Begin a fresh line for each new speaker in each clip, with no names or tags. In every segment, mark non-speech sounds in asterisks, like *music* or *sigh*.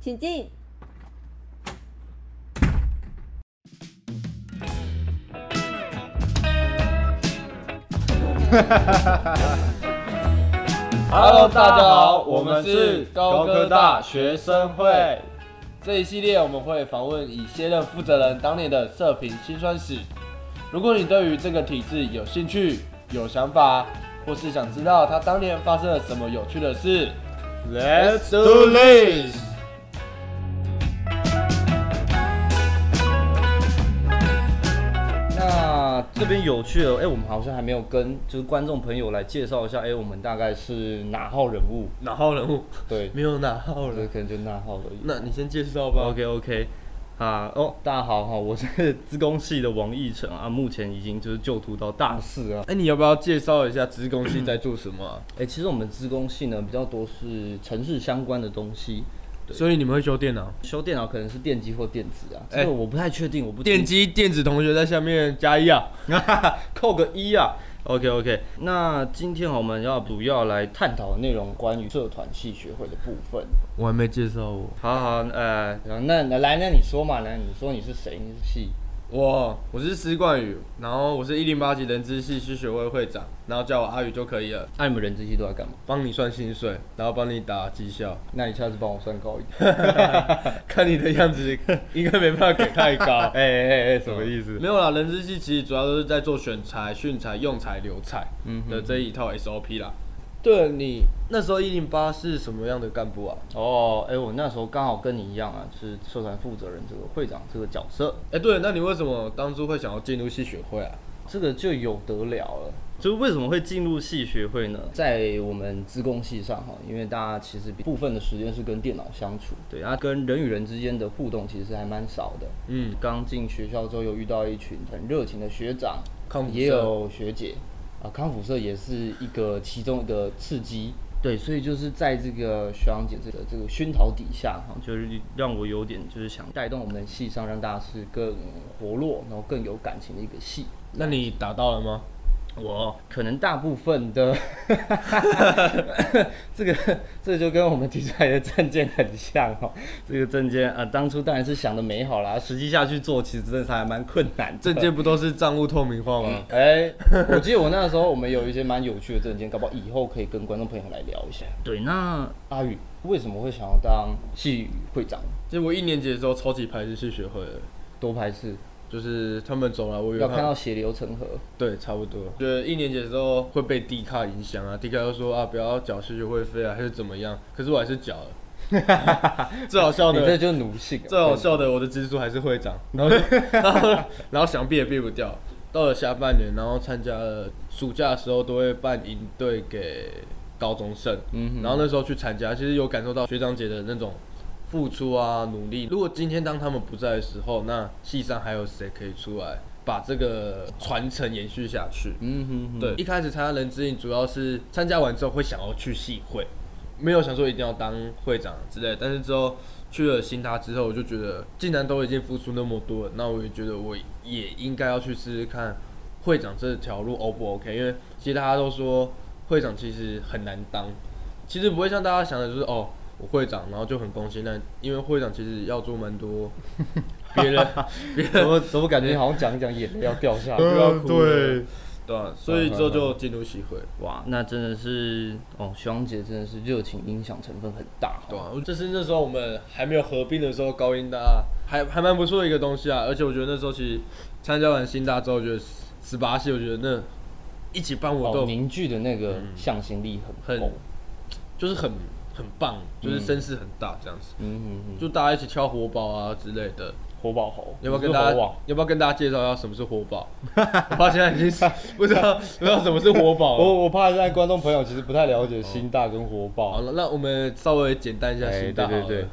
请进。
Hello，大家好，我们是高科大学生会。这一系列我们会访问以卸任负责人当年的社评辛酸史。如果你对于这个体制有兴趣、有想法，或是想知道他当年发生了什么有趣的事，
Let's do this！那这边有趣的，哎、我们好像还没有跟就是观众朋友来介绍一下，哎、我们大概是哪号人物？
哪号人物？
对，
没有哪号
我觉得。可能就那号而已。
那你先介绍
OK OK，啊哦，大家好哈，我是资工系的王奕成啊， *laughs* 目前已经就是就读到大四啊。
哎、你要不要介绍一下职工系在做什么、啊？
哎、其实我们资工系呢比较多是城市相关的东西，
嗯所以你们会修电脑？
修电脑可能是电机或电子啊，这
哎
个我不太确定，我不
电机电子同学在下面加一啊。
扣个一啊。OK OK，那今天我们要主要来探讨的内容关于社团系学会的部分。
我还没介绍我，
好好，呃，那那来，那你说嘛，来，你说你是谁？你是系？
我我是施冠宇，然后我是一零八级人资系系学会会长，然后叫我阿宇就可以了，
那、你们人资系都在干嘛？
帮你算薪水，然后帮你打绩效，
那你下次帮我算高一点。
*laughs*
*laughs*
看你的样子应该没办法给太高。
*laughs*
哦
哎哎哎，什么意思？
没有啦，人资系其实主要都是在做选材、训材、用材、留材
嗯哼
的这一套 SOP 啦。对你那时候一零八是什么样的干部啊？
哦，哎、我那时候刚好跟你一样啊，是社团负责人这个会长这个角色，
哎、对，那你为什么当初会想要进入系学会啊？
这个就有得了了。就是为什么会进入系学会呢？在我们资工系上哈，因为大家其实部分的时间是跟电脑相处，对，啊，跟人与人之间的互动其实还蛮少的。
嗯，
刚进学校之后，又遇到一群很热情的学长，
康复社
也有学姐，啊，康复社也是一个其中一个刺激。对，所以就是在这个学长姐这个这个熏陶底下，哈，就是让我有点就是想带动我们系上，让大家是更活络，然后更有感情的一个系。
那你达到了吗？
我可能大部分的 *laughs* 这个这个就跟我们提出来的证件很像哦。这个证件啊、呃当初当然是想的美好啦，实际下去做，其实真的是还蛮困难的。
证件不都是账务透明化吗？
哎、我记得我那时候我们有一些蛮有趣的证件，搞不好以后可以跟观众朋友来聊一下。对，那阿宇为什么会想要当系会长？
其实我一年级的时候超级排斥系学会的，
多排斥，
就是他们走了，我以为
要
他
看到血流成河。
对，差不多。觉得一年级的时候会被 D 卡影响啊，D 卡又说啊不要缴系学会费啊，还是怎么样，可是我还是缴了。 *laughs* 最好笑
你这
的，
就是奴性啊、
最哦好笑的，我的支出还是会长，然后然后 *laughs* 然后想避也避不掉。到了下半年，然后参加了暑假的时候都会办营队给高中生，
嗯哼
然后那时候去参加，其实有感受到学长姐的那种付出啊、努力。如果今天当他们不在的时候，那系上还有谁可以出来把这个传承延续下去？
嗯哼哼，
对，一开始参加人之营主要是参加完之后会想要去系会，没有想说一定要当会长之类的，但是之后去了新他之后，我就觉得既然都已经付出那么多了，那我也觉得我也应该要去试试看会长这条路 O 不 OK，因为其实大家都说会长其实很难当，其实不会像大家想的就是哦。我会长，然后就很恭喜。那因为会长其实要做蛮多
*laughs*
别人别人
怎么怎么感觉好像讲一讲眼泪要掉下来？
又要哭了
对，
嗯对啊、所以之后就进入系会。
哇，那真的是哦，徐阳姐真的是热情影响成分很大哦。
对啊，这是那时候我们还没有合并的时候，高音大还还蛮不错的一个东西啊。而且我觉得那时候其实参加完新大之后，我觉得十八系，我觉得那一起办我
哦，
都嗯
凝聚的那个向心力很
很
够。
就是很很棒，就是声势很大这样子。
嗯哼哼，
就大家一起敲活宝啊之类的，
火爆猴，
要不要跟
你是
大家
猴王
要不要跟大家介绍一下什么是活宝？我怕现在已
*laughs*
经是不知道不知道什么是活宝了。
哦我我怕现在观众朋友其实不太了解新大跟火
*laughs* 好
爆。
了，那我们稍微简单一下
哎
新大好
对
了。嗯
对对，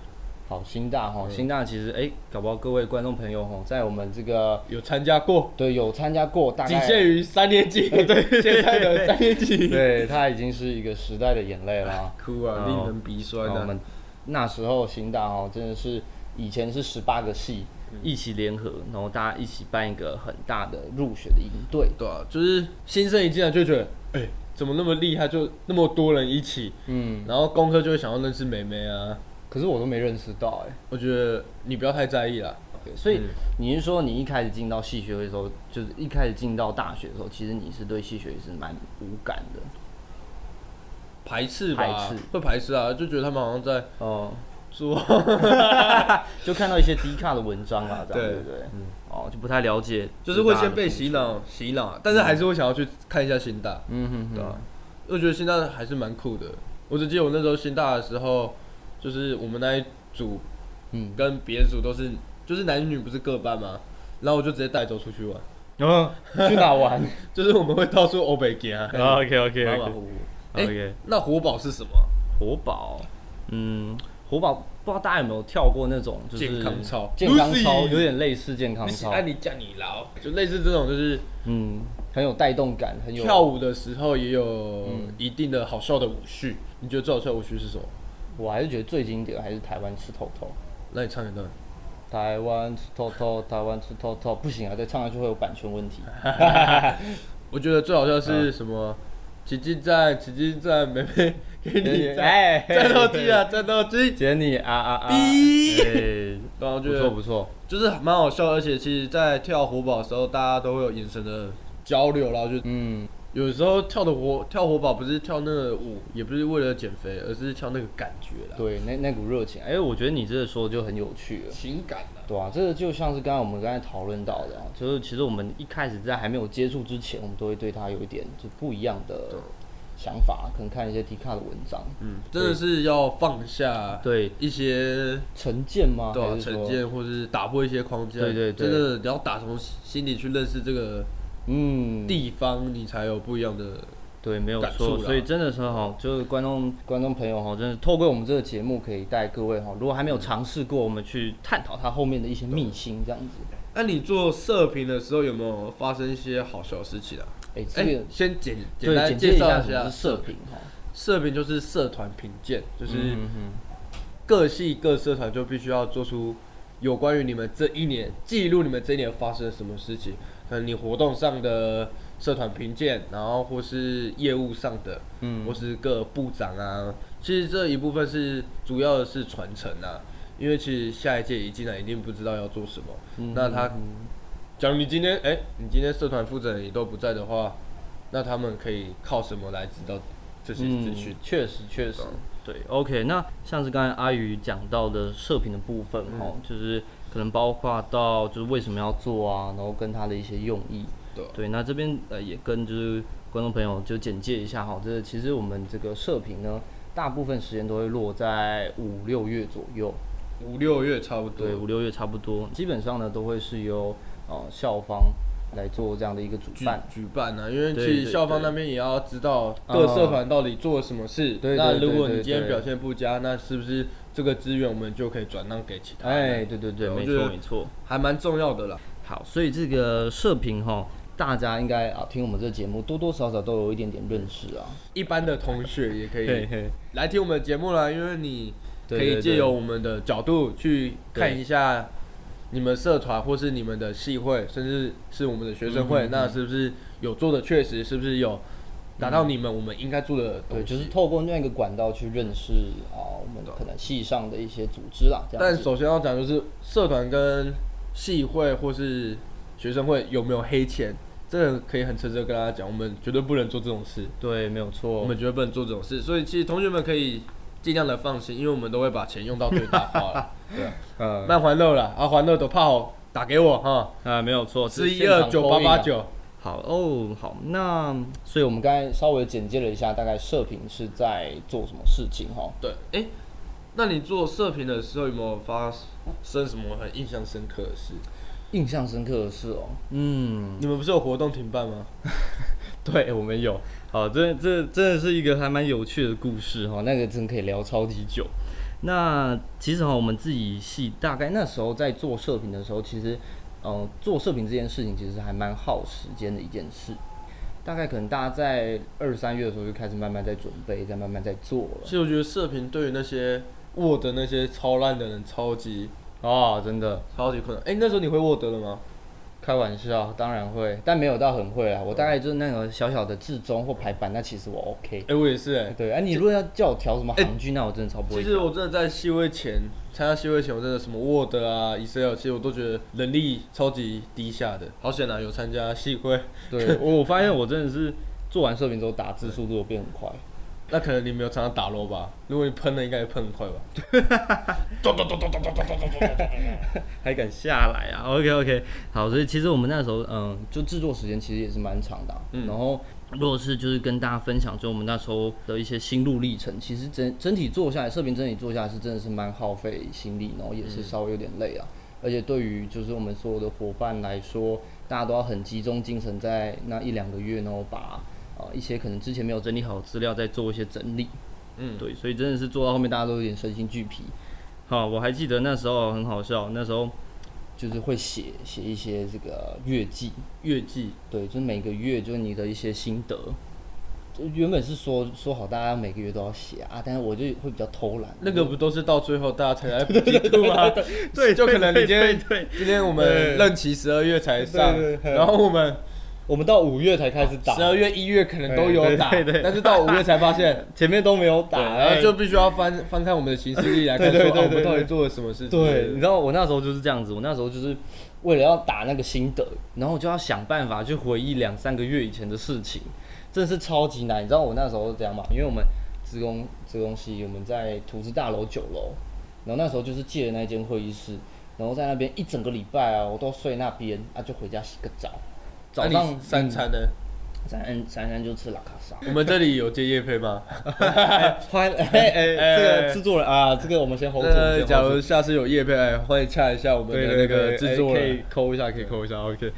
好，新大哈，新大其实哎、搞不好各位观众朋友哈，在我们这个
有参加过，
对有参加过，大
仅
概
限于三年级，对现在的三年级。
哎对，它已经是一个时代的眼泪了啊。
哭啊，
哦
令人鼻酸
我
啊
们。那时候新大哦，真的是以前是十八个系
嗯
一起联合，然后大家一起办一个很大的入学的营队。
对啊，就是新生一进来就觉得，哎、怎么那么厉害，就那么多人一起，
嗯，
然后功课就会想要认识妹妹啊，
可是我都没认识到哎、
我觉得你不要太在意啦。
对所以
嗯
你是说你一开始进到戏学会的时候，就是一开始进到大学的时候，其实你是对戏学是蛮无感的
排斥吧，
排斥
会排斥啊，就觉得他们好像在
哦， *laughs*
做，
就看到一些低卡的文章啊，这样
对
对不对？嗯，哦，就不太了解，
就是会先被
背
洗。脑洗脑啊，但是还是会想要去看一下新大，
嗯哼哼，
对啊，我觉得新大还是蛮酷的。我只记得我那时候新大的时候，就是我们那一组
嗯，
跟别的组都是，就是男女不是各半吗？然后我就直接带走出去玩，
然后
*laughs* 去哪玩？
*laughs* 就是我们会到处欧北行啊，
OK OK
马马
OK
虎虎。 *laughs* 哎
OK，
那活宝是什么？
活宝，嗯，活宝不知道大家有没有跳过那种就是
健康操
健康操
Lucy
有点类似健康
你喜啊
操，
欢你叫你老，就类似这种，就是
嗯，很有带动感，很有
跳舞的时候也有
嗯
一定的好笑的舞序。你觉得最好笑的舞序是什么？
我还是觉得最经典的还是台湾吃透透。
那你唱一段。
台湾吃透透，台湾吃透透，不行啊，再唱下去会有版权问题。
我觉得最好笑是什么？奇迹站，奇迹
*laughs*
站，妹妹给 *laughs* 你站， *laughs*
哎，
战斗机
*laughs*
啊，战斗机，
姐你啊啊
*laughs*
啊！
哔。
哎，
然后
不
觉
错
得
不错，
就是蛮好笑，而且其实，在跳火宝的时候，大家都会有眼神的交流啦。就
嗯，
有时候跳的火跳火宝不是跳那个舞，也不是为了减肥，而是跳那个感觉啦，
对，那那股热情，哎，我觉得你这个说就很有趣了。
情感啦。
对啊，这个就像是刚刚我们刚才讨论到的、啊，就是其实我们一开始在还没有接触之前，我们都会对它有一点就不一样的想法，可能看一些迪卡的文章，
嗯，真的是要放下
对
一些
成见吗？
对、啊
还、是说
成，见，或是打破一些框架。
对对对
真的你要打从心里去认识这个
嗯，
地方，你才有不一样的。
对，没有
感触
错。
啦
所以真的是哈，就是观众观众朋友哈，真的透过我们这个节目，可以带各位哈，如果还没有尝试过，我们去探讨它后面的一些秘辛，这样子。
那、你做射频的时候有没有发生一些好笑的事情啊？
哎、
哎、
这个、
先简简
对，
单
简介
介
一
绍
下
一
什么
下
是射频哈，
社评就是社团评鉴，就
就是嗯嗯
各系各社团就必须要做出有关于你们这一年记录你们这一年发生了什么事情，可能你活动上的社团评鉴，然后或是业务上的，
嗯
或是各部长啊，其实这一部分是主要的是传承啊，因为其实下一届一进来一定不知道要做什么，
嗯
那他假如你今天哎、你今天社团负责人也都不在的话，那他们可以靠什么来知道这些资讯？
嗯，确实确实
对啊，
对，OK。那像是刚才阿宇讲到的射频的部分哈、
嗯
就是可能包括到就是为什么要做啊，然后跟它的一些用意。
对啊
嗯对，那这边呃也跟就是观众朋友就简介一下哈，这其实我们这个射频呢，大部分时间都会落在五六月左右，
五六月差不多
对，，五六月差不多，基本上呢都会是由呃校方来做这样的一个主
举
办。
举办啊，因为
对
其实
对
校方
对
那边也要知道
啊
各社团到底做了什么事。
对对
那
对
如果
对
你今天
对
表现不佳，那是不是这个资源我们就可以转让给其他人？
哎，对对对，
我
没
觉得
错没错。
还蛮重要的啦。
好，所以这个射频哈，大家应该啊听我们这个节目多多少少都有一点点认识啊。
一般的同学也可以
嘿，
来听我们的节目啦，因为你
对
可以
对
借
对
由我们的角度去看
对
一下你们社团或是你们的系会，甚至是我们的学生
嗯
会，那是不是有做的确实是不是有达到你们我们应该做的东
对，
西？
就是透过那样一个管道去认识啊，我们可能系上的一些组织啦，这样
但
子。
首先要讲就是社团跟系会或是学生会有没有黑钱，这个可以很诚实的跟大家讲，我们绝对不能做这种事，
对，没有
我
错。
们绝对不能做这种事。所以其实同学们可以尽量的放心，因为我们都会把钱用到最大化了。 *laughs* 对啊，
呃
慢还乐啦，啊还乐的怕好打给我哈，
啊，没有错，
四
是
一二九八八九。
好哦，好，那所以我们刚才稍微简介了一下，大概射频是在做什么事情哈。
对，哎、那你做社评的时候有没有发生什么很印象深刻的事？
印象深刻的是哦，嗯，
你们不是有活动停办吗？
对我们有。好，这这真的是一个还蛮有趣的故事
是
哈。
哈，那个真可以聊超级久。那其实哈，我们自己系大概那时候在做射频的时候，其实，呃，做射频这件事情其实还蛮耗时间的一件事。大概可能大家在二三月的时候就开始慢慢在准备，在慢慢在做
其
了。
实我觉得社评对于那些 Word 那些超烂的人超级
哦，真的，
超级困难。哎、那时候你会 Word 了吗？
开玩笑，当然会，但没有到很会啊。我大概就是那个小小的至中或排版，那其实我 OK
哎、。我也是哎、
对，哎、你如果要叫我调什
哎
么行距，那我真的超不会
其
调。
实我真的在戏会前参加戏会前，我真的什么 Word 啊、Excel，其实我都觉得能力超级低下的。好险啊，有参加戏会，
对
我我发现我真的是
做完射频之后，打字速度有变很快。
那可能你没有常常打 l 吧？如果你喷了，应该也喷很快吧？
还敢下来啊？OK OK，好，所以其实我们那时候嗯
就制作时间其实也是蛮长的啊、
嗯
然后如果是就是跟大家分享，就我们那时候的一些心路历程，其实整整体做下来，射频整体做下来是真的是蛮耗费心力，然后也是稍微有点累啊。而且对于就是我们所有的伙伴来说，大家都要很集中精神在那一两个月，然后把呃一些可能之前没有整理好的资料再做一些整理。
嗯，
对
对，所以真的是做到后面大家都有点身心俱疲，
好，我还记得那时候很好笑，那时候
就是会写写一些这个月记，
月季
对，就是每个月就是你的一些心得。就原本是说说好大家每个月都要写啊，但是我就会比较偷懒。
那个不都是到最后大家才来补季度吗？对， *laughs* 就可能你今天今天我们任期十二月才上
对对，对
然后我们
我们到五月才开始打，
十二月、一月可能都
对
有
对
打
对对，
但是到五月才发现，
前面都没有打，啊
然后就必须要翻翻看我们的行事历来看，说
哎对对
啊我
对对
们到底做了什么事情。
对，你知道我那时候就是这样子，我那时候就是为了要打那个心得，然后我就要想办法去回忆两三个月以前的事情，真的是超级难。你知道我那时候是怎样吗？因为我们职工职工系我们在图资大楼九楼，然后那时候就是借了那间会议室，然后在那边一整个礼拜啊，我都睡那边啊，就回家洗个澡，
那
早
你
上
三餐呢？
三三三就吃拉卡沙。
嗯我们这里有接夜配吗？
欢哎哎，
哎
这个制作人啊，这个我们先 hold 住。
那
先
呃假
hold 住
如下次有夜配，哎欢迎洽一下我们的那个制作
哎可
人
以。抠一下，可以抠一下，OK。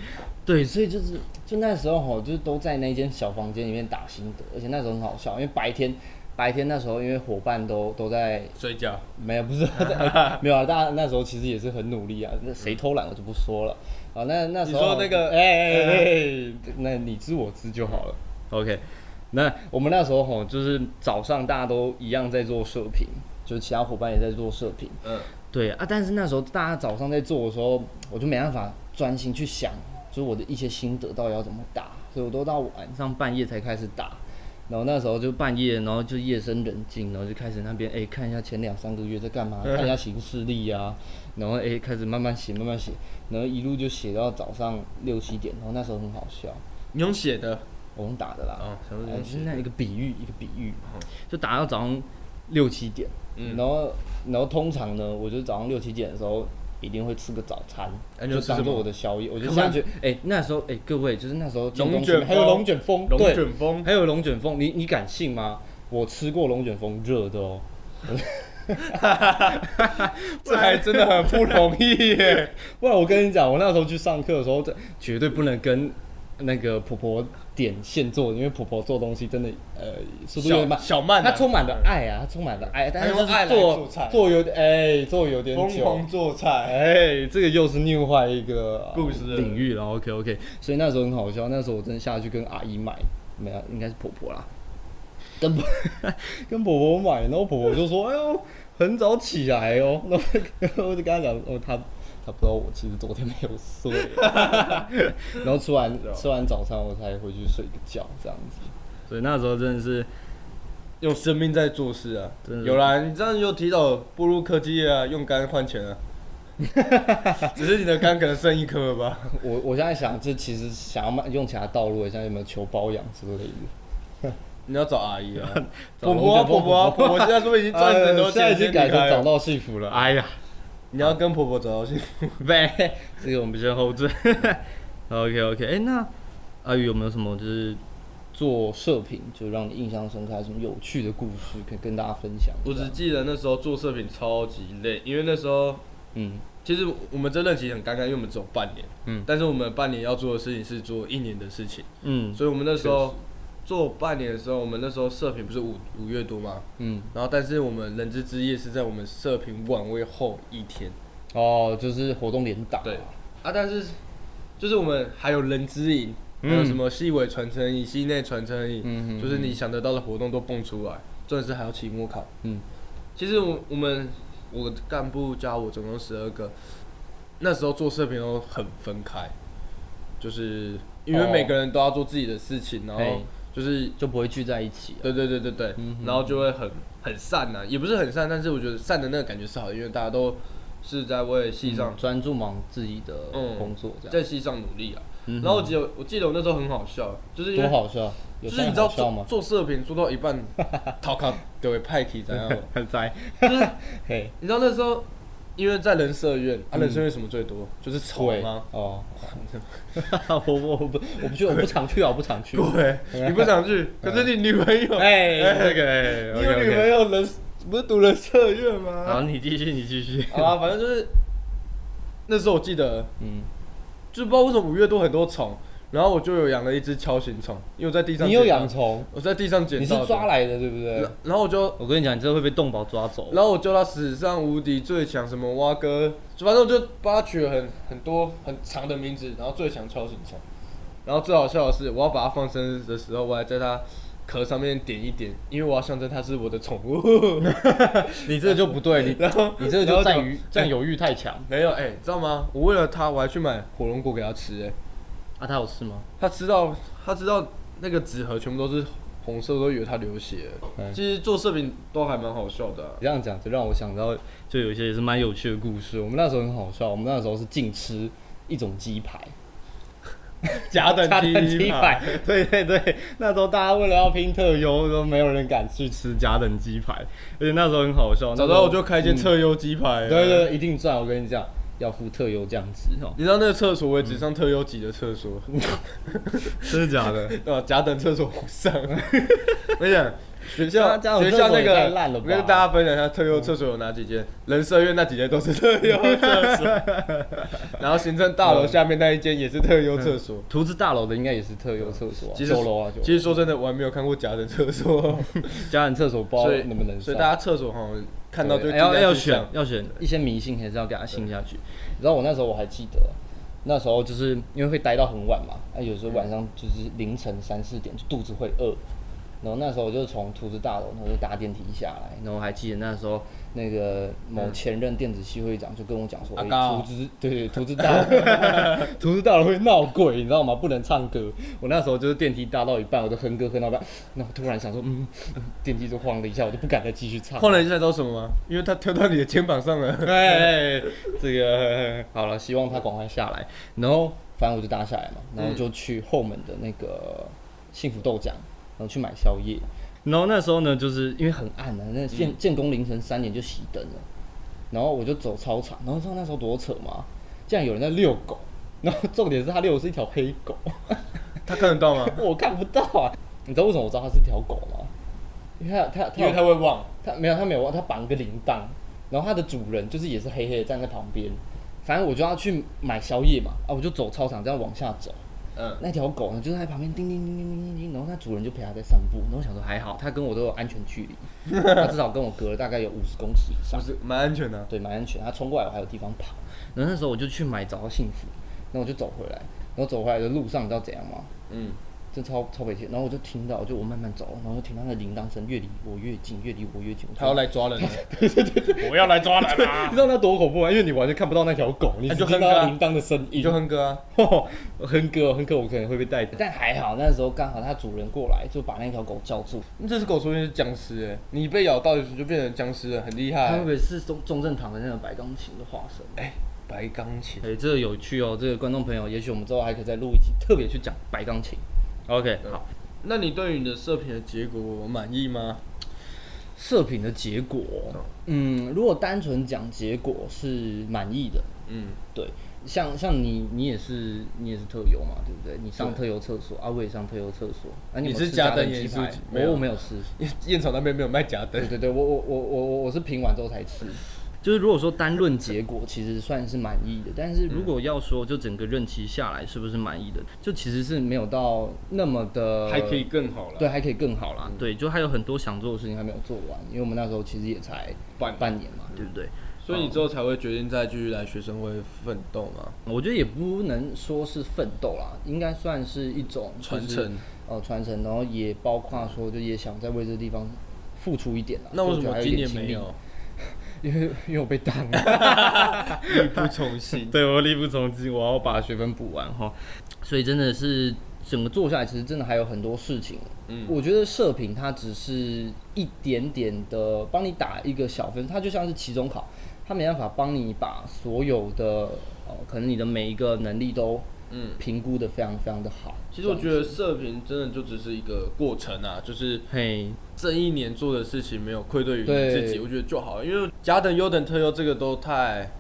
对，所以就是就那时候吼，就是都在那间小房间里面打心得，而且那时候很好笑，因为白天白天那时候因为伙伴都都在
睡觉，
没有不是
*laughs*
没有啊，大家那时候其实也是很努力啊，那谁偷懒我就不说了啊，那那时候
嗯你说那个呃
哎哎哎哎，那你知我知就好了。
OK，
那我们那时候吼，就是早上大家都一样在做射频，就是其他伙伴也在做射频，
嗯，
对啊，但是那时候大家早上在做的时候，我就没办法专心去想，就是我的一些心得到底要怎么打，所以我都到晚上半夜才开始打。然后那时候就半夜，然后就夜深人静，然后就开始那边哎看一下前两三个月在干嘛，看一下行事历啊，然后哎开始慢慢写慢慢写，然后一路就写到早上六七点，然后那时候很好笑，
你用写的
我用打的啦，
啊，想说
哎，
用
就是
写
那一个比喻，一个比喻
嗯，
就打到早上六七点，
嗯
然后然后通常呢，我就早上六七点的时候一定会吃个早餐，
哎你有
就
吃什
当做
么
我的宵夜。我就
干
下
嘛
去，哎、那时候哎、各位就是那时候进
龙
公司
卷
还有
风
龙卷风，
龙
对，
卷风，
*laughs* 还有龙卷风，你你敢信吗？我吃过龙卷风热的哦，
这还真的很不容易耶。
*laughs* 不然我跟你讲，我那时候去上课的时候，这绝对不能跟那个婆婆点现做，因为婆婆做东西真的呃速度有点慢，
*laughs* 小小慢
她
啊
充满了
*laughs*
爱啊，她充满了爱，但是
她用爱
就是
来
做
做菜
做有点哎做有点
疯
久
狂，做菜，
哎，这个又是另外一个呃
故事了
领域了，OK OK，所以那时候很好笑，那时候我真的下去跟阿姨买，没有，应该是婆婆啦。跟婆 *laughs* 跟婆婆买，然后婆婆就说：“哎呦，很早起来哦。”那我我就跟 *laughs* 她讲：“哦，她她不知道我其实昨天没有睡。” *laughs* 然后吃完
啊
吃完早餐，我才回去睡个觉，这样子。
所以那时候真的是
用生命在做事啊
真的！是
有啦，你这样就提早步入科技业啊，用肝换钱啊。只是你的肝可能剩一颗了吧？
我我现在想，这其实想要慢用其他道路，像有没有求包养之类的。
你要找阿姨啊，
找龙
婆婆啊
卷风
婆婆啊婆婆，现在是不是已经赚很多
呃现在
钱？
已经改成
先离开
找
了
到幸福了。哎呀，
你要跟婆婆找到幸福。
呗，
*laughs*
这个我们先 hold 住。OK OK，哎、那阿宇有没有什么就是
做射频，就让你印象深刻，还有什么有趣的故事可以跟大家分享？
我
这
只
样
记得那时候做射频超级累，因为那时候
嗯
其实我们这任期很尴尬，因为我们只有半年，
嗯
但是我们半年要做的事情是做一年的事情，
嗯
所以我们那时候做半年的时候，我们那时候射频不是五五月多吗？
嗯
然后但是我们人之之夜是在我们射频晚会后一天，
哦，就是活动联打
对啊，但是就是我们还有人之营，还有什么细尾传承营、系内传承营，
嗯嗯嗯
就是你想得到的活动都蹦出来，重点是还有期末考。
嗯
其实我我们我干部加我总共十二个，那时候做射频都很分开，就是因为每个人都要做自己的事情，然后
哦嘿
就是
就不会聚在一起啊了。
对对对对对，
嗯
然后就会很很散呐、也不是很散，但是我觉得散的那个感觉是好的，因为大家都是在为戏上
嗯专注忙自己的
嗯
工作，这样、
在戏上努力啊。然后我记得我记得我那时候很好笑，就是因为
嗯多好笑，有
就是
这
你
样
知道
好笑
做
吗？
做射频做到一半，逃卡对会派体怎样？哦
*laughs* 很在，嘿，
你知道那时候因为在人社院，
嗯
啊人社院什么最多？就是草
对
吗？
哦， *laughs* 我我我不我不去，我不常去啊，我不常
*laughs*
去。
对，你不想
*laughs*
去，可是你女朋友，
嗯哎，
这个哎
你有女朋
OK，OK
友人不是读人社院
好，
吗？
你继续，你继续。
好啊，反正就是那时候我记得
嗯，
就不知道为什么五月多很多虫，然后我就有养了一只锹形虫，因为我在地上
你有
捡到
养，虫，
我在地上捡
你
到
是
的
抓，来的对不对
然？然后我就，
我跟你讲，你这会被动保抓走。
然后我叫它史上无敌最强什么蛙哥，就反正我就帮它取了很很多很长的名字，然后最强锹形虫，然后最好笑的是，我要把它放生日的时候，我还在它壳上面点一点，因为我要象征它是我的宠物，
你这个就不对，
*laughs*
你
然后
你这个
然
就
后
占于占有欲太强。
没有哎、知道吗？我为了它，我还去买火龙果给它吃哎、
啊，他有事吗？
他吃到他吃到那个纸盒全部都是红色，都以为他流血了。
嗯
其实做视频都还蛮好笑的、啊
你。这样讲就让我想到，就有一些也是蛮有趣的故事。我们那时候很好笑，我们那时候是禁吃一种鸡排，
*laughs*
*laughs*
甲等
加等
鸡
鸡
排
排，对对对，那时候大家为了要拼特优，都没有人敢去吃加等鸡排，而且那时候很好
*laughs*
笑。那
早知
时
道
候
我就开一
嗯
间特优鸡排。啊
对对，对一定赚！我跟你讲，要付特优这样子哦，
你知道那个厕所我也只上特优级的厕所，
嗯
真的假 *laughs* 的？
对吧？甲等厕所
*laughs*
不上。我跟你讲，学校
那这样
学校那
厕所也太
个，
烂了吧
我跟大家分享一下特优厕所有哪几间。人社院那几间都是特优
*laughs*
厕所，然后行政大楼
嗯
下面那一间也是特优厕所。
图资大楼的应该也是特优厕所、啊，
其实
九楼啊，九楼
其实说真的，我还没有看过甲等厕所。
家人厕所不知道
所以
能不能
所以
上
大家厕所哈看到就
对
尽
要
量
要
去
选
上，
要选。
一些迷信还是要给他信下去。然后我那时候我还记得，那时候就是因为会待到很晚嘛，那、有时候晚上就是凌晨三四点，就肚子会饿。然后那时候我就从图纸大楼，然后就搭电梯下来。然后我还记得那时候那个某前任电子系会长就跟我讲说，
嗯阿
哎、
高
图纸对对，图纸大楼， *laughs* 图纸大楼会闹鬼，你知道吗？不能唱歌。我那时候就是电梯搭到一半，我就哼歌哼到一半，然后突然想说，嗯，电梯就晃了一下，我就不敢再继续唱了。
换了一下都什么吗？因为他跳到你的肩膀上了。
*laughs* 哎，这个好了，希望他赶快下来。然后反正我就搭下来嘛，然后就去后门的那个幸福豆浆，然后去买宵夜。
然后那时候呢，就是
因为很暗啊，那建建工凌晨三点就熄灯了。然后我就走操场，然后知道那时候多扯吗？竟然有人在遛狗，然后重点是他遛的是一条黑狗，
他看得到吗？
我看不到啊。你知道为什么我知道它是条狗吗？因为它它它
*laughs* 因为他会忘。
它没有，它没有忘，它绑一个铃铛，然后它的主人就是也是黑黑的站在旁边。反正我就要去买宵夜嘛，啊，我就走操场这样往下走。
嗯，
那条狗呢，就在旁边叮叮叮叮叮叮叮，然后它主人就陪它在散步。然后我想说还好，它跟我都有安全距离，它至少跟我隔了大概有五十公尺以上
不，是蛮安全的啊。
对，蛮安全。它冲过来我还有地方跑。然后那时候我就去买找到幸福，然后我就走回来，然后走回来的路上你知道怎样吗？
嗯，
这超超北气，然后我就听到，就我慢慢走，然后就听到那铃铛声越离我越近，越离我越近。我就
他要来抓人了。
我要来抓人啦
*laughs* 你！
啊
*laughs*
知道那多恐怖吗？因为你完全看不到那条狗，你只
就
听
哼歌啊
到铃铛的声音。
你就
*laughs*
哼歌啊。
哦哼歌，哼歌，我可能会被带走。但还好，那时候刚好它主人过来，就把那条狗叫住。
这只狗说不定是僵尸哎，你被咬到就变成僵尸了，很厉害
它会不
欸。
会是中重症堂的那种白钢琴的化身？
哎，白钢琴。
哎、这个有趣哦，这个观众朋友，也许我们之后还可以再录一集，特别去讲白钢琴。
OK，
嗯
好，
那你对于你的射频的结果满意吗？
射频的结果，嗯，如果单纯讲结果是满意的，
嗯，
对，像像你，你也是你也是特优嘛，对不对？你上
对
特优厕所，啊，我也上特优厕所，啊，你有没
你
有
是
吃
加
加
灯
灯
也
鸡
是
排，
没有
我我没有吃，
燕燕巢那边没有卖假
对
灯。
对对，我我我我我我是拼完之后才
*laughs*
吃，
就是如果说单
单
论
论结果其实算是满意的，但是
如
如
嗯
果
果要说就整个任期下来是不是满意的？
就其实是没有到那么的，
还可以，嗯更好了。
对，，还可以更好啦，
对，就还有很多想
做
做的
的事情还没有做完，因为我们那时候其实也才
半嗯
半年嘛，
事，对不对？
所以你之后才会决定再继续来学生会奋斗吗？
我觉得也不能说是奋斗啦，应该算是一种就
传
是
承。
呃传承，然后也包括说就也想再为这个地方付出一点啦。
那为什
所以我觉得
么
还有
今
一点
年
精
没
力
有？
*laughs* 因为因为我被当了，
*laughs* 力不从心。
对我力不从心，我要把学分补完哈。
所以真的是整个做下来，其实真的还有很多事情。
嗯
我觉得射频它只是一点点的帮你打一个小分，它就像是期中考，它没办法帮你把所有的呃，可能你的每一个能力都
嗯
评估的非常非常的好。
其实我觉得射频真的就只是一个过程啊，就是
嘿，
这一年做的事情没有愧对于你
对
自己，我觉得就好了。因为甲等、优等、特优这个都太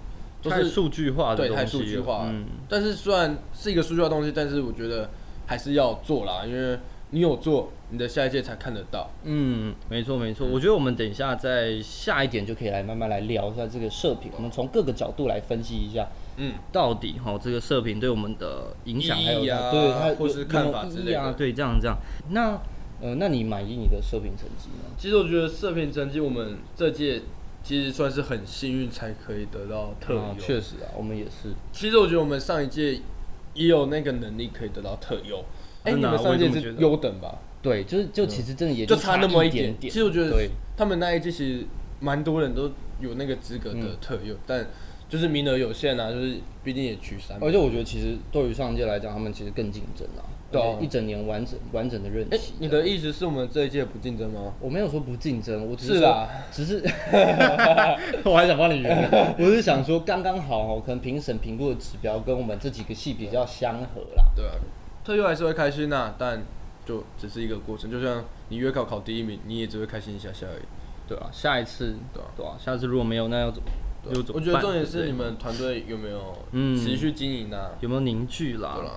都
太
是
数据化的
对
东西了，
太数据
*laughs*
化了。
嗯，
但是虽然是一个数据化的东西，但是我觉得还是要做啦，因为你有做，你的下一届才看得到。
嗯，没错没错，我觉得我们等一下再
下一点就可以来慢慢来聊一下这个射频，我们从各个角度来分析一下
嗯，
到底哈这个射频对我们的影响还有
意义啊
它对它有
或是
有
看法
没有
之
意义
类的
啊。对，这样这样。那呃，那你满意你的射频成绩吗？
其实我觉得射频成绩我们这届其实算是很幸运才可以得到特优、
啊确实啊，我们也是。
其实我觉得我们上一届也有那个能力可以得到特优。哎、
真
你
的啊
们上一届
我也这
是
么觉得
优等吧？
对，就是就其实真的也
嗯就
差
差那么
一
一
点
点。其实我觉得
对
他们那一届其实蛮多人都有那个资格的特优，但就是名额有限啊，就是毕竟也取三嘛。
而且我觉得其实对于上一届来讲，他们其实更竞争啊，
对啊
而且一整年完整完整的任
哎、
期。啊
你的意思是我们这一届不竞争吗？
我没有说不竞争，我只是
是啊
说
啦
只是我还想帮你
*laughs*
圆呢， *laughs* 我是想说刚刚好
嗯
哦，可能评审评估的指标跟我们这几个系比较相合啦。
对啊，特优还是会开心呐、但就只是一个过程，就像你月考考第一名，你也只会开心一下下而已。
对啊，下一次
对啊
对啊，
下次如果没有，那要怎么？又怎么
我觉得
办
重点
对
是你们团队有没有
嗯
持续经营啊？
有没有凝聚啦
啊
对啦？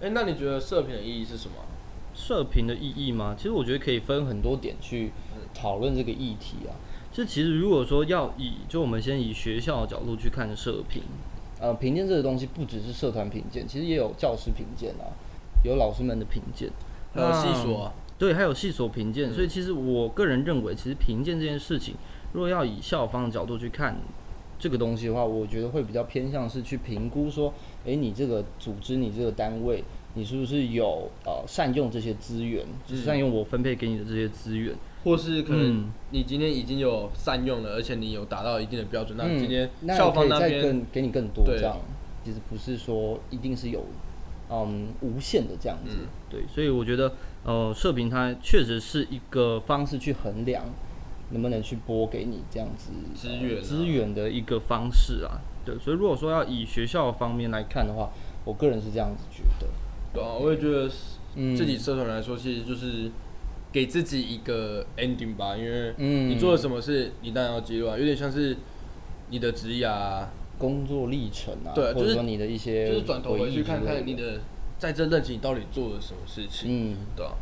对，
哎、那你觉得射频的意义是什么啊？
射频的意义吗？其实我觉得可以分
分
很。
很多点去讨论这个议题啊。
就其实如果说要以，就我们先以学校的角度去看射频，
呃，评鉴这个东西不只是社团评鉴，其实也有教师评鉴啊，有老师们的评鉴。
还
嗯
有
那
细数啊，
对，还有系所评鉴。
嗯
所以其实我个人认为，其实评鉴这件事情，如果要以校方的角度去看，
这个东西的话，我觉得会比较偏向是去评估说，诶，你这个组织，你这个单位，你是不是有呃善用这些资源，
就是
嗯
善用我分配给你的这些资源。
或是可
嗯
能你今天已经有善用了，而且你有达到一定的标准，那
嗯
你今天
那
校
可
方
以
那
再
边
更给你更多
对
这样，其实不是说一定是有嗯无限的这样
嗯
子、
对，所以我觉得，呃，射频它确实是一个
方式去衡量能不能去拨给你这样子
资
呃
源啊
资
资源的一个方式啊。对，所以如果说要以学校方面来看的话，
我个人是这样子觉得。
对啊，我也觉得
嗯
自己社团来说，其实就是给自己一个 ending 吧，因为
嗯
你做了什么事，你当然要记录啊，有点像是你的职业啊，
工作历程啊，
对
或
就
者
是
说你的一些
就是转头回去看
回忆之
看
类
你的在这任期你到底做了什么事情，
嗯，
对啊，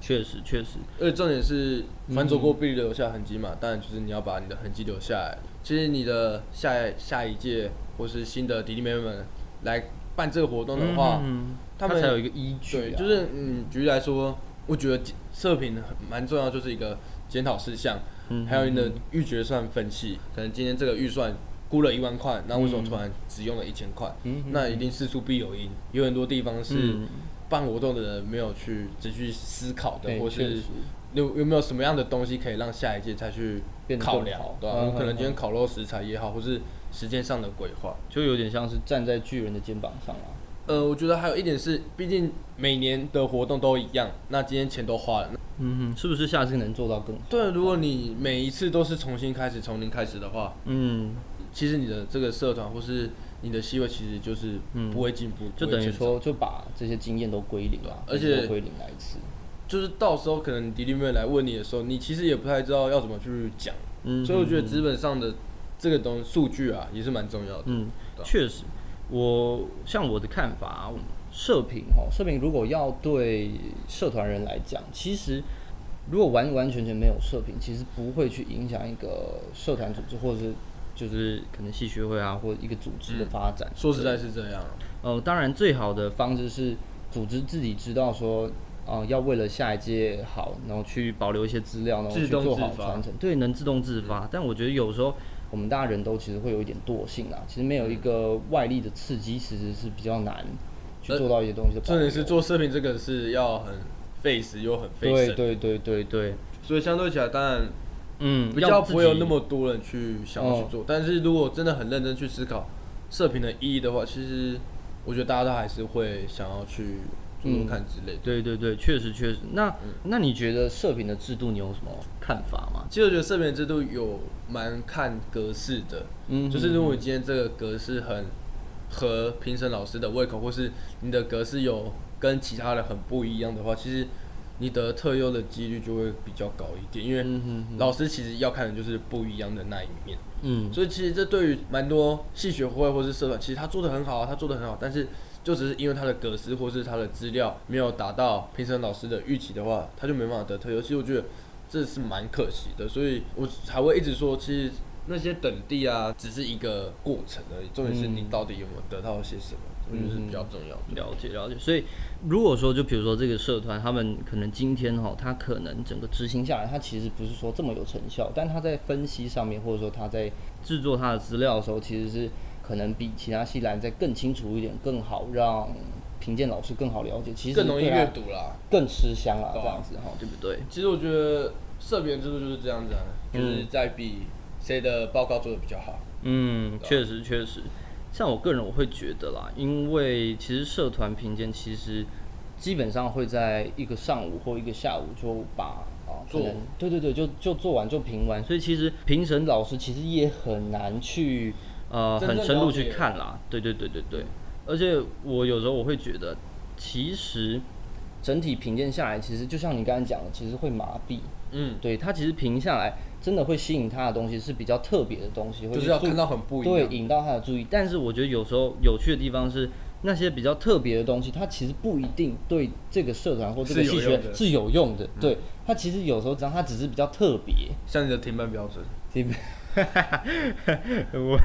确实确实，
而且重点是反走过必留下痕迹
嗯
嘛，当然就是你要把你的痕迹留下来。其实你的下下一届或是新的弟弟妹妹们来办这个活动的话，
嗯
他
它
们
才有一个依据、啊。
对，就是嗯，举例来说，我觉得测评很蛮重要，就是一个检讨事项，
嗯
还有你的预决算分析。可能今天这个预算估了一万块，那为
嗯
什么突然只用了一千块？那一定事出必有因，有很多地方是
嗯
办活动的人没有去仔细思考的，
对
或
确
是
实
有有没有什么样的东西可以让下一届再去
变得更
考量
好，
对吧、啊
嗯
可能
嗯
今天烤肉食材也好，或是时间上的规划。
就有点像
像是站在巨人的肩膀上啊，
呃，我觉得还有一点是，毕竟每年的活动都一样，那今天钱都花了，
嗯哼，是不是下
下
次
次能做到更好。
对，啊如果你每一次都是重新开始、从零开始的话，
嗯，
其实你的这个社团或是你的席位，其实就是
嗯
不会进步，
就
不会
等于
成长，
说就把这些经验都归零啊，
对而且
都归零来一次，
就是到时候可能你弟弟妹妹来问你的时候，你其实也不太知道要怎么去讲，
嗯
所以我觉得资本上的这个东数据啊，也是蛮重要的。
嗯
对，啊
确实，我像我的看法啊，我
社评哦，社评如果要对社团人来讲，其实如果完完全全没有社评，其实不会去影响一个社团组织或者是就是可能系学会啊或者一个组织的发展。
嗯说实在是这样，啊
哦
呃，当然最好的
方式是组织自己知道说，啊、要为了下一届好，然后去
去保留一些资
资
料，
料，然后
自
去
动
做
自
好
发
传承。
对，能自动自发，但我觉得有时候
我们大家人都其实会有一点惰性啊啦，其实没有一个外力的刺激，其实是比较难去
呃
做到一些东西的保留。
重点是做视频这个是要很费时又很费
对
神，
对对对对，
对，
所以相对起来，当然
嗯，
比
要
较
自
不会有
己嗯
那么多人去想要去做。但是如果真的很认真去思考射频的意义的话，其实我觉得大家都还是会想要去做
嗯
做看之类的。
对对对，确实确实。那、
嗯
那你觉得射频的制度你有什么看法吗？
其实我觉得射频的制度有蛮看格式的，
嗯
就是如果你今天这个格式很合评审老师的胃口，或是你的格式有跟其他人很不一样的话，其实你得特优的几率就会比较高一点，因
嗯
为
哼
老师其实要看的就是不一样的那一面。
嗯，
所以其实这对于蛮多戏学会或是社团，其实他做的很好啊，他做的很好，但是就只是因为他的格式或是他的资料没有达到评审老师的预期的话，他就没办法得特优。其实我觉得这是蛮可惜的，所以我才会一直说，其实那些等地啊，只是一个过程而已，重点是你到底有没有得到些什么，我觉得是比较重要
嗯
的。
了解了解。所以如果说就比如说这个社团，他们可能今天哈、他可能整个
执行下来，它其实不是说这么有成效，但它在分析上面，或者说它在制作它的资料的时候，其实是可能比其他系栏再更清楚一点，更好让评鉴老师更好了解，其实
更容易
对它啊
阅读啦。
更吃香啦，
对啊
这样子哈。
对不对？
其实我觉得社评制度就是这样子啊，就是在比谁的报告做的比较好。
嗯，确实确实。像我个人我会觉得啦，因为其实社团评鉴其实
基本上会在一个上午或一个下午就把啊可
做
能对对对，就就做完就评完，所
所以其实
以评审老师其实也很难去
呃
真
很
正
深入
了嗯
去
解
看啦。对对对对对，而且我有时候我会觉得，其实
整体评鉴下来，其实就像你刚才讲的，其实会麻痹。
嗯，
对他其实评下来，真的会吸引他的东西是比较特别的东西，会
就是
去
要
注
看到很不一
对
样。
引到他的注意。但
但是我觉得有时候有趣的地方是，那些比较
特别的东西，它其实不一定对这个社团或这个
是有
系
用
学
的嗯
是有用的。对，它其实有时候只要它只是比较特别。
像你的停班标准， *laughs* 嗯
我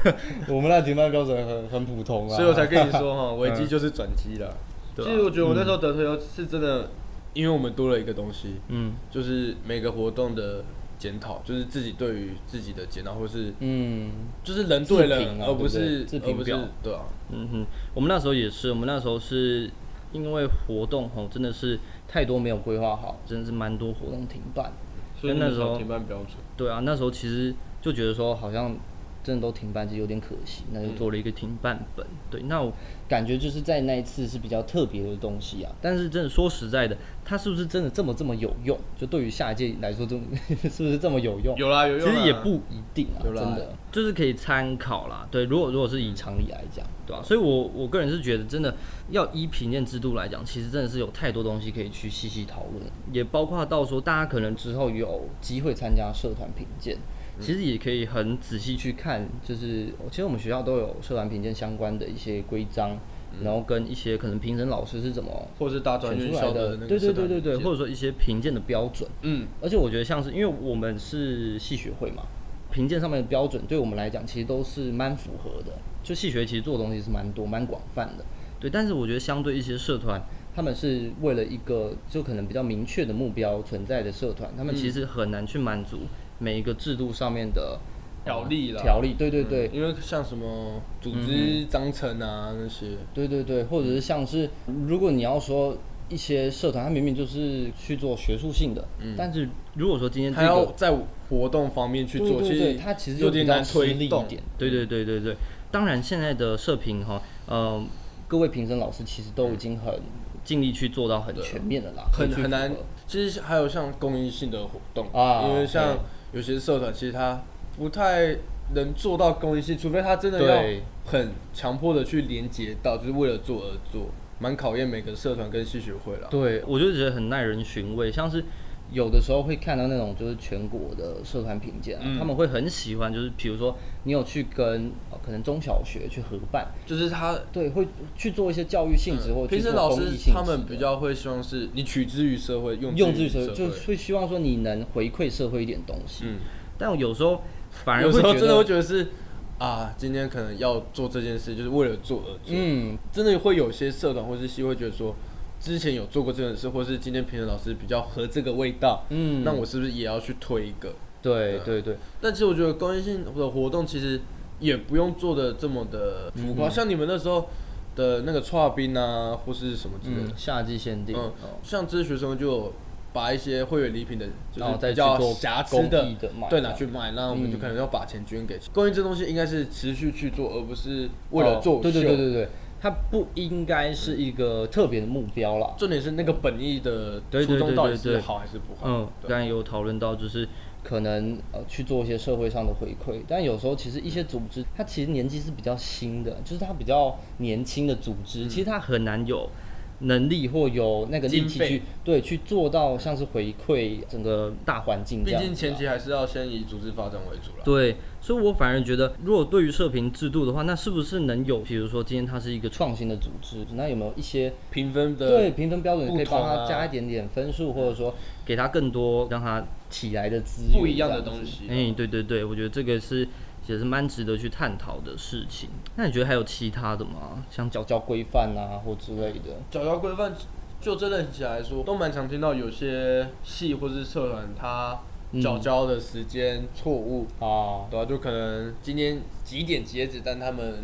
我们那停班标准很很普通啊
所以我才跟你
*laughs*
说哈，危机就是转机了。
嗯
对啊
其实我觉得我那时候得退休是真的，因为我们多了一个东西，
嗯
就是每个活动的检讨，就是自己对于自己的检讨，或是
嗯，
就是人
自
对
评
人，
啊
而不
对
是
不对自评
而不是
表
对啊，
嗯哼，我们那时候也是，我们那时候是因为活动吼，真的是
太多没有规划好，
真的是蛮多活
活
动。
动停办。
所以
那时候
停班标准。
对啊，那时候其实就觉得说好像
真的都停办，其实有点可惜。那
那
就
嗯
就做了一个停办本。对，那我
感觉就是在那一次是比较特别的东西啊。
但是真的说实在的，
它是不是真的这么这么有用？就对于下一届来说，这么 *laughs* 是不是这么有用？
有啦有
其
用啦，啊
实也不
一定啊，
有
真
啦
的。
就是可以参考啦。对，如果如果是以
以常理来讲，
对啊，所以我我个人是觉得，真的要依评鉴制度来讲，其实真的是有太多东西可以去细细讨论，也包括到说大家可能
之后有机会参加社团评鉴，
嗯
其实也可以很仔细
去
去
看就是
哦
其实我们学校都有社团评鉴相关的一些规章，
然后跟一些可能评审老师是怎么
或者是大嗯专
选
院
出来
校的那
对
个
对
社团
对对对，
理解
或者说一些评鉴的标准。
嗯，
而且我觉得像是因为我们是系学会嘛，评鉴上面的标准对我们来讲其实都是蛮符合的。就系学其实做的东西是蛮多蛮广泛的，
对，但是我觉得相对一些社团，
他们是为了一个就可能比较明确的目标存在的社团，他
他
们
们其实很难去满足每一个制度上面的
条例啦，
呃条例对对
嗯
对，
因为像什么组织章程啊那些，
对对对，或者是像是如果你要说一些社团，它明明就是去做学术性的，但
但是如果说今天
嗯
这
还要
个，
在活动方面去
嗯对
做，其
对
实
对，它其实
有
就比
点
较
难
吃力
推
一
动。
点。
对对对对对，当然现在的社评哈，呃，
各位评审老师其实都已经很
尽力去做到很
很
全
全面了啦，
嗯很
会去
很难
符合。
其实还有像公益性的活动
啊
因为像
对
有些社团，其实它不太能做到公益性，除非他真的
对
要很强迫的去连接到，就是为了做而做，蛮考验每个社团跟系学会啦。
对，我就觉得很耐人寻味，像是
有的时候会看到那种就是全国的社团评鉴啊，
嗯
他们会很喜欢，就是比如说你有去跟、呃可能中小学去合办，
就是他
对，会去做一些教育性质或者
嗯评
去做
审老
公益
师
性质
他们
的
比较会希望是你取之于社会，用
用
之
之
于
于社
社
会，就
会。
会希望说你能回馈社会一点东西。
嗯，
但有时候反而
有
会
时候
觉
真的会
得，
觉得是啊，今天可能要做这件事，就是为了做而做。
嗯，
真的会有些社团或是系会觉得说，之前有做过这件事，或是今天评审老师比较合这个味道，
嗯
那我是不是也要去推一个？啊
对对对，
但其实我觉得公益性的活动其实也不用做的这么的浮
嗯
夸，像你们那时候的那个串冰啊，或是什么之类的
嗯嗯，，夏季限定，
嗯
哦，
像这些学生就有把一些会员礼品的，就
然后
是
再
比
去
较
哦做
瑕疵
公益的卖嗯这
对，拿
样
去卖，那我们就可能要把钱捐给。公益这东西应该是持续去做，而不是为了做
哦
秀。
对对对对对，它不应该是一个特别的目标啦。
重点是那个本意的
对
初
对
衷
对
到底
对
是
对
好还是不好？
嗯，
对
刚才有讨论到，就是
可能呃去做一些社会上的回馈，但有时候其实一些组织，它其实年纪是比较新的，就是它比较年轻的组
嗯
织，其实它很难有能力或有那个力气
经费
去对去做到像是回馈整个大环境这
毕
样子啊。
竟前期还是要先以组织发展为主了。
对，所以我反而觉得，如果对于社评制度的话，那是不是能有，比如说今天它是一个
创新的组织，那有没有一些
评分的
对评分标准
不
可以帮
同
他
啊
加一点点分数，或者说
给它更多让它
起来的资源
不一样的
这子
东西。
哎、对对对，我觉得这个是也是蛮值得去探讨的事情。那你觉得还有其他的吗？像
教教规范啊或之类的。
脚条规范，就这类起来说，都蛮常听到有些系或是社团它脚交的时间错误，
啊，
对啊，就可能今天几点截止，但他们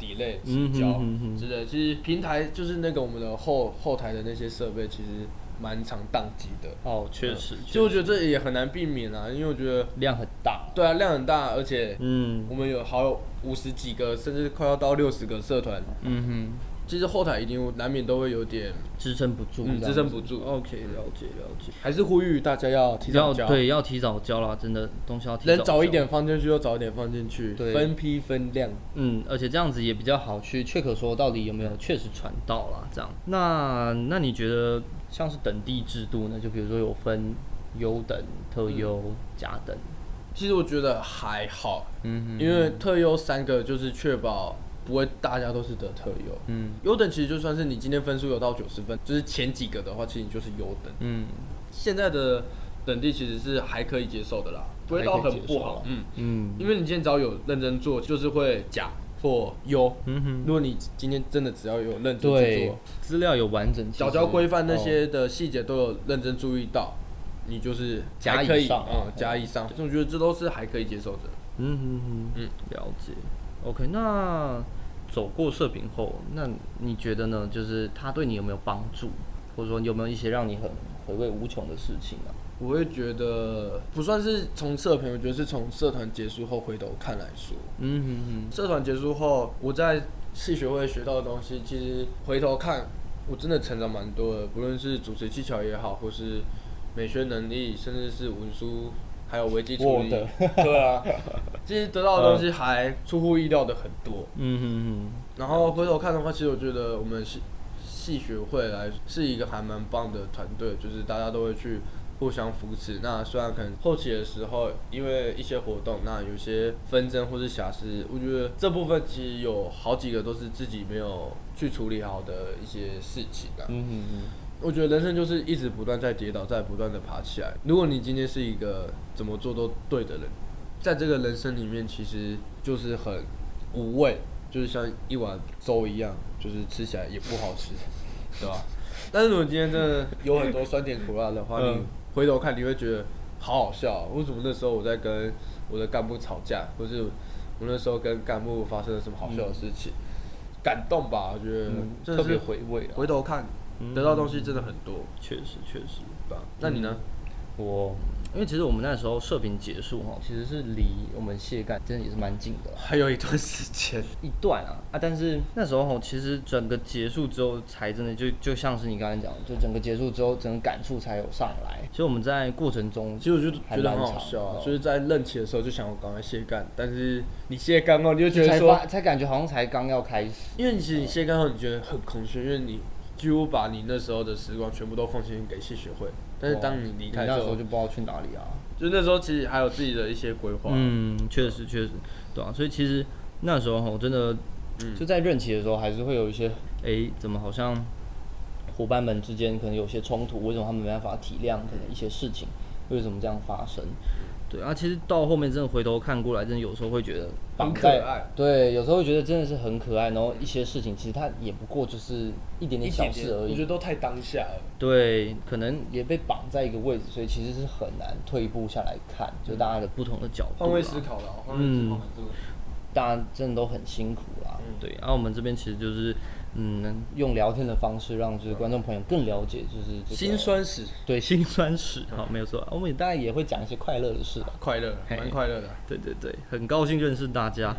delay
嗯
迟交
哼哼哼
之类的。其实平台就是那个我们的后后台的那些设备，其实蛮常宕机的。
哦，
确实，
其实我觉得这也很难避免啊，因为我觉得
量很大，
对啊，量很大，而且
嗯
我们有好有五十几个，甚至快要到六十个社团，
嗯
其实后台一定难免都会有点
哼，支撑不住这样
嗯
子，
支撑不住。
OK，了解了解。
还是呼吁大家要提早
要
交，
对要提早交啦，真的东西要提早。
能早一点，放进去就早一点放进去，
对
分批分量。
嗯，而且这样子也比较好去 check 说到底有没有确实传到啦，这样。那那你觉得像是等地制度呢？就比如说有分优等、特
嗯
优、甲等，
其实我觉得还好，
嗯
因为特优三个就是确保不会大家都是得特优。
嗯
优等其实就算是你今天分数有到九十分，就是前几个的话，其实你就是优等。
嗯
现在的等地其实是还可以接受的啦，不会到很不好。嗯，
嗯
因为你今天只要有认真做，就是会甲或优。
嗯哼，
如果你今天真的只要有认真去
对
做，，
资料有完整，哦
小交规范那些的细节都有认真注意到，你就是
加
还可以
以上
嗯，加以上，我觉得这都是还可以接受的。
嗯哼哼，嗯
嗯，
了解。OK，那走过社评后，那你觉得呢？就是它对你有没有帮助，或者说有没有一些让你很回味无穷的事情啊？
我会觉得不算是从社评，我觉得是从社团结束后回头看来说，
嗯哼哼。
社团结束后我在系学会学到的东西，其实回头看我真的成长蛮多的，不论是主持技巧也好，或是美学能力，甚至是文书。还有危机处理
Word
*laughs* 对啊，其实得到的东西还出乎意料的很多。
嗯哼
然后回头看的话，其实我觉得我们系系学会来是一个还蛮棒的团队，就是大家都会去互相扶持。那虽然可能后期的时候，因为一些活动，那有些纷争或是瑕疵，我觉得这部分其实有好几个都是自己没有去处理好的一些事情啊。
嗯哼哼。
*laughs*
我觉得人生就是一直不断在跌倒，在不断的爬起来。如果你今天是一个怎么做都对的人，在这个人生里面，其实就是很无味，就是像一碗粥一样，就是吃起来也不好吃，对吧？但是如果今天真的有很多酸甜苦辣的话，
嗯
你回头看，你会觉得好好笑、哦为什么那时候我在跟我的干部吵架，或是我那时候跟干部发生了什么好笑的事情？感动吧，我觉得、
嗯
真的
特别
是
回味啊
回头看，得到东西真的很多。嗯
确实确实，
对吧？那你呢？
我
因为其实我们那时候社评结束哈，其实是离我们卸干真的也是蛮近的啦
还有一段时间，
一段啊啊！但是那时候哈，其实整个结束之后才真的就就像是你刚才讲的，就整个结束之后，整个感触才有上来。其实我们在过程中，
其实我就
还
觉得
蛮
很好
长
笑啊，
的
就是在任期的时候就想我赶快卸干，但是你卸干后你就觉得
才
说
发，才感觉好像才刚要开始。
因为你其实你卸干后你觉得很空虚，因为你几乎把你那时候的时光全部都奉献给戏学会，但是当你离开之
那时
后，
候
就
就不知道去哪里啊。
那时候其实还有自己的一些规
啊
划，
嗯，确实确实，对啊，所以其实那时候哈，真的
就在任期的时候，还是会有一些
诶，怎么好像
伙伴们之间可能有些冲突，为什么他们没办法体谅可能一些事情，为什么这样发生？
对啊？其实到后面真的回头看过来，真的有时候会觉得，
很
绑
可
在
爱
对，有时候会觉得真的是很可爱，然后一些事情其实它也不过就是一点点小
点点
事而
我觉得
已，
都太当下了。
对
可能也被绑在一个位置，所以其实是很难退一步下来看，就大家嗯的啊
不同的角度
换
啦，
位思考了，换位思考很多。
大家真的都很辛苦啦。啊
对，然、后我们这边其实就是
嗯，用聊天的方式让就是观众朋友更了解，就是、这个
辛酸史，
对辛酸史，好，没有错。啊我们也大概也会讲一些快乐的事吧。
快乐，
嘿
蛮快乐的。
对对对，很高兴认识大家。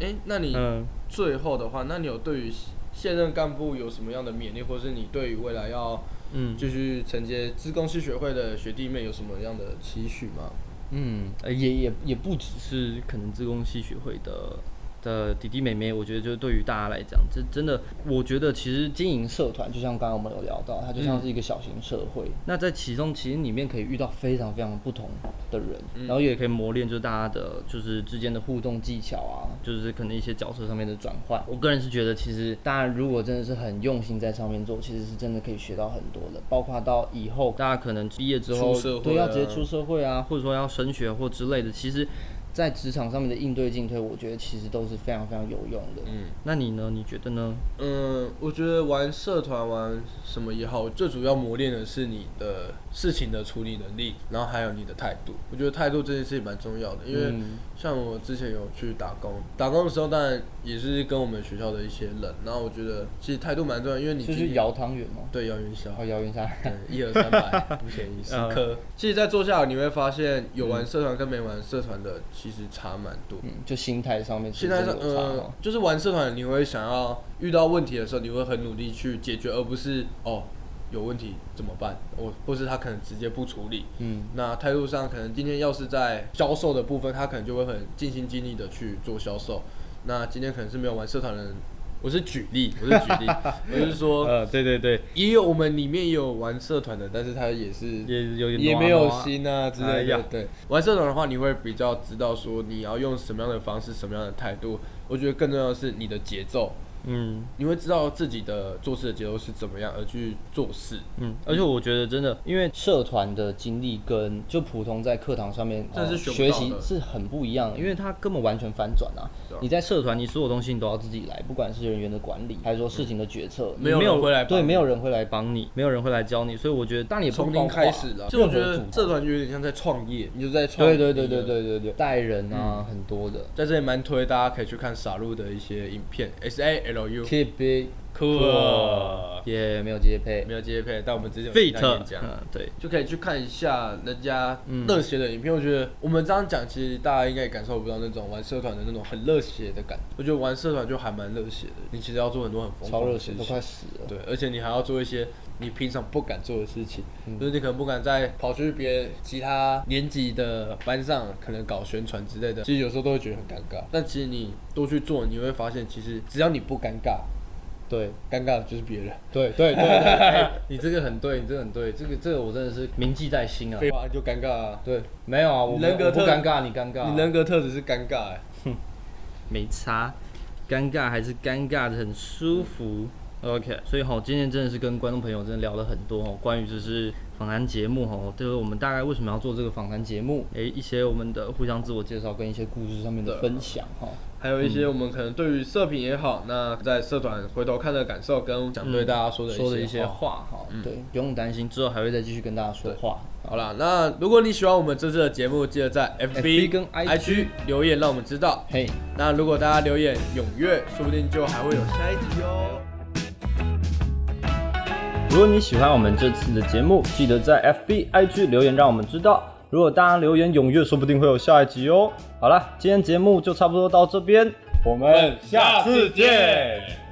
哎、那你
嗯，
最后的话，那你有对于现任干部有什么样的勉励，或是你对于未来要
嗯
继续承接资工系学会的学弟妹有什么样的期许吗？
嗯，呃也也也不只是可能自贡系学会的的弟弟妹妹，我觉得就是对于大家来讲，这真的，我觉得其实经营社团，就像刚刚我们有聊到，它就像是一个小型社会。
嗯
那在其中，其实里面可以遇到非常非常不同的人，
嗯
然后也可以磨练就是大家的就是之间的互动技巧啊，就是可能一些角色上面的转换。我个人是觉得，其实大家如果真的是很用心在上面做，其实是真的可以学到很多的，包括到以后大家可能毕业之后，
出社
对，
会
要
啊
直接出出社会啊，或者说要升学或之类的，其实，在职场上面的应对进退，我觉得其实都是非常非常有用的。
嗯
那你呢？你觉得呢？
嗯，我觉得玩社团玩什么也好，最主要磨练的是你的事情的处理能力，然后还有你的态度。我觉得态度这件事情蛮重要的，因为
嗯
像我之前有去打工，打工的时候当然也是跟我们学校的一些人，然后我觉得其实态度蛮重要，因为你
就
今
是
天
摇汤圆吗？
对姚元宵
然。后摇元下 *laughs*
*laughs* 嗯一二三百，五险一金
嗯
科。其实，在做下来你会发现，有玩社团跟没玩社团的其实差蛮多。
嗯，就心态上面其
现
实
在
真
是
的有差
呃
哦。，
就是玩社团，你会想要遇到问题的时候，你会很努力去解决，而不是哦有问题怎么办？我或是他可能直接不处理。
嗯，
那态度上，可能今天要是在销售的部分，他可能就会很尽心尽力的去做销售。那今天可能是没有玩社团的人，我是举例，我是
*laughs*
举例，我是说，
呃，对对对，
也有我们里面也有玩社团的，但是他也是
也有点
也
暖
没有
暖啊
心啊之类
哎
的
呀。
对，玩社团的话，你会比较知道说你要用什么样的方式，什么样的态度。我觉得更重要的是你的节奏，
嗯
你会知道自己的做事的节奏是怎么样，而去做事。
嗯，而且我觉得真的，因为社团的经历跟就普通在课堂上面
这
呃
是学不
学
到
习
的
是很不一样的，因为它根本完全反转啊
对啊！
你在社团，你所有东西你都要自己来，不管是人员的管理，还是说事情的决策，
没有
没有
人会来帮
对，
你
没有人会来帮你，没有人会来教你，所以我觉得当然也不包
从零
括啊
开始啊了，就
任
我
何
觉得
组织
社团就有点像在创业，你就在创
对
业。
对对对对对对，带人
嗯
啊，很多的
在这里蛮推大家可以去看傻路的一些影片，S A L U
，keep it
cool，
cool，也没有接配
没有接配，但我们之前有听他演
，fit，
讲。啊
嗯，对，
就可以去看一下人家
嗯
热血的影片。我觉得我们这样讲，其实大家应该也感受不到那种玩社团的那种很热血的感觉。我觉得玩社团就还蛮热血的，你其实要做很多很疯
超
狂
热
的
血
事
都
情
快。死了，
对，而且你还要做一些你平常不敢做的事情，
嗯
就是你可能不敢在跑去别人其他年级的班上，可能搞宣传之类的。其实有时候都会觉得很尴尬，但其实你多去做，你会发现，其实只要你不尴尬，
对
尴尬的就是别人。
对对对
*laughs*
对，哎你这个很对，你这个很对，这个这个我真的是铭记在心啊。
废话就尴尬啊，
对，没有啊，我
你
没
人格
我不
特
尴尬，你尴尬啊，
你人格特质是尴尬、欸。
没差，尴尬还是尴尬的很舒服。OK，所以吼，今天真的是跟观众朋友真的聊了很多哦，关于就是访谈节目吼，就是我们大概为什么要做这个访谈节目，诶、一些我们的互相自我介绍跟一些故事上面的
对
分享哈。
还有一些我们可能对于射频也好，那在社团回头看的感受，跟想对大家说的
说的一
一
些
些话。
话嗯哈，对，不用担心，之后还会再继续跟大家说话。
好啦，那如果你喜欢我们这次的节目，记得在
FB
FB
跟 IG
留言让我们知道。
嘿、
那如果大家留言踊跃，说不定就还会有下一集哦。
如果你喜欢我们这次的节目，记得在 FB、IG 留言让我们知道。如果大家留言踊跃，说不定会有下一集哦。好了，今天节目就差不多到这边，我们
下次见。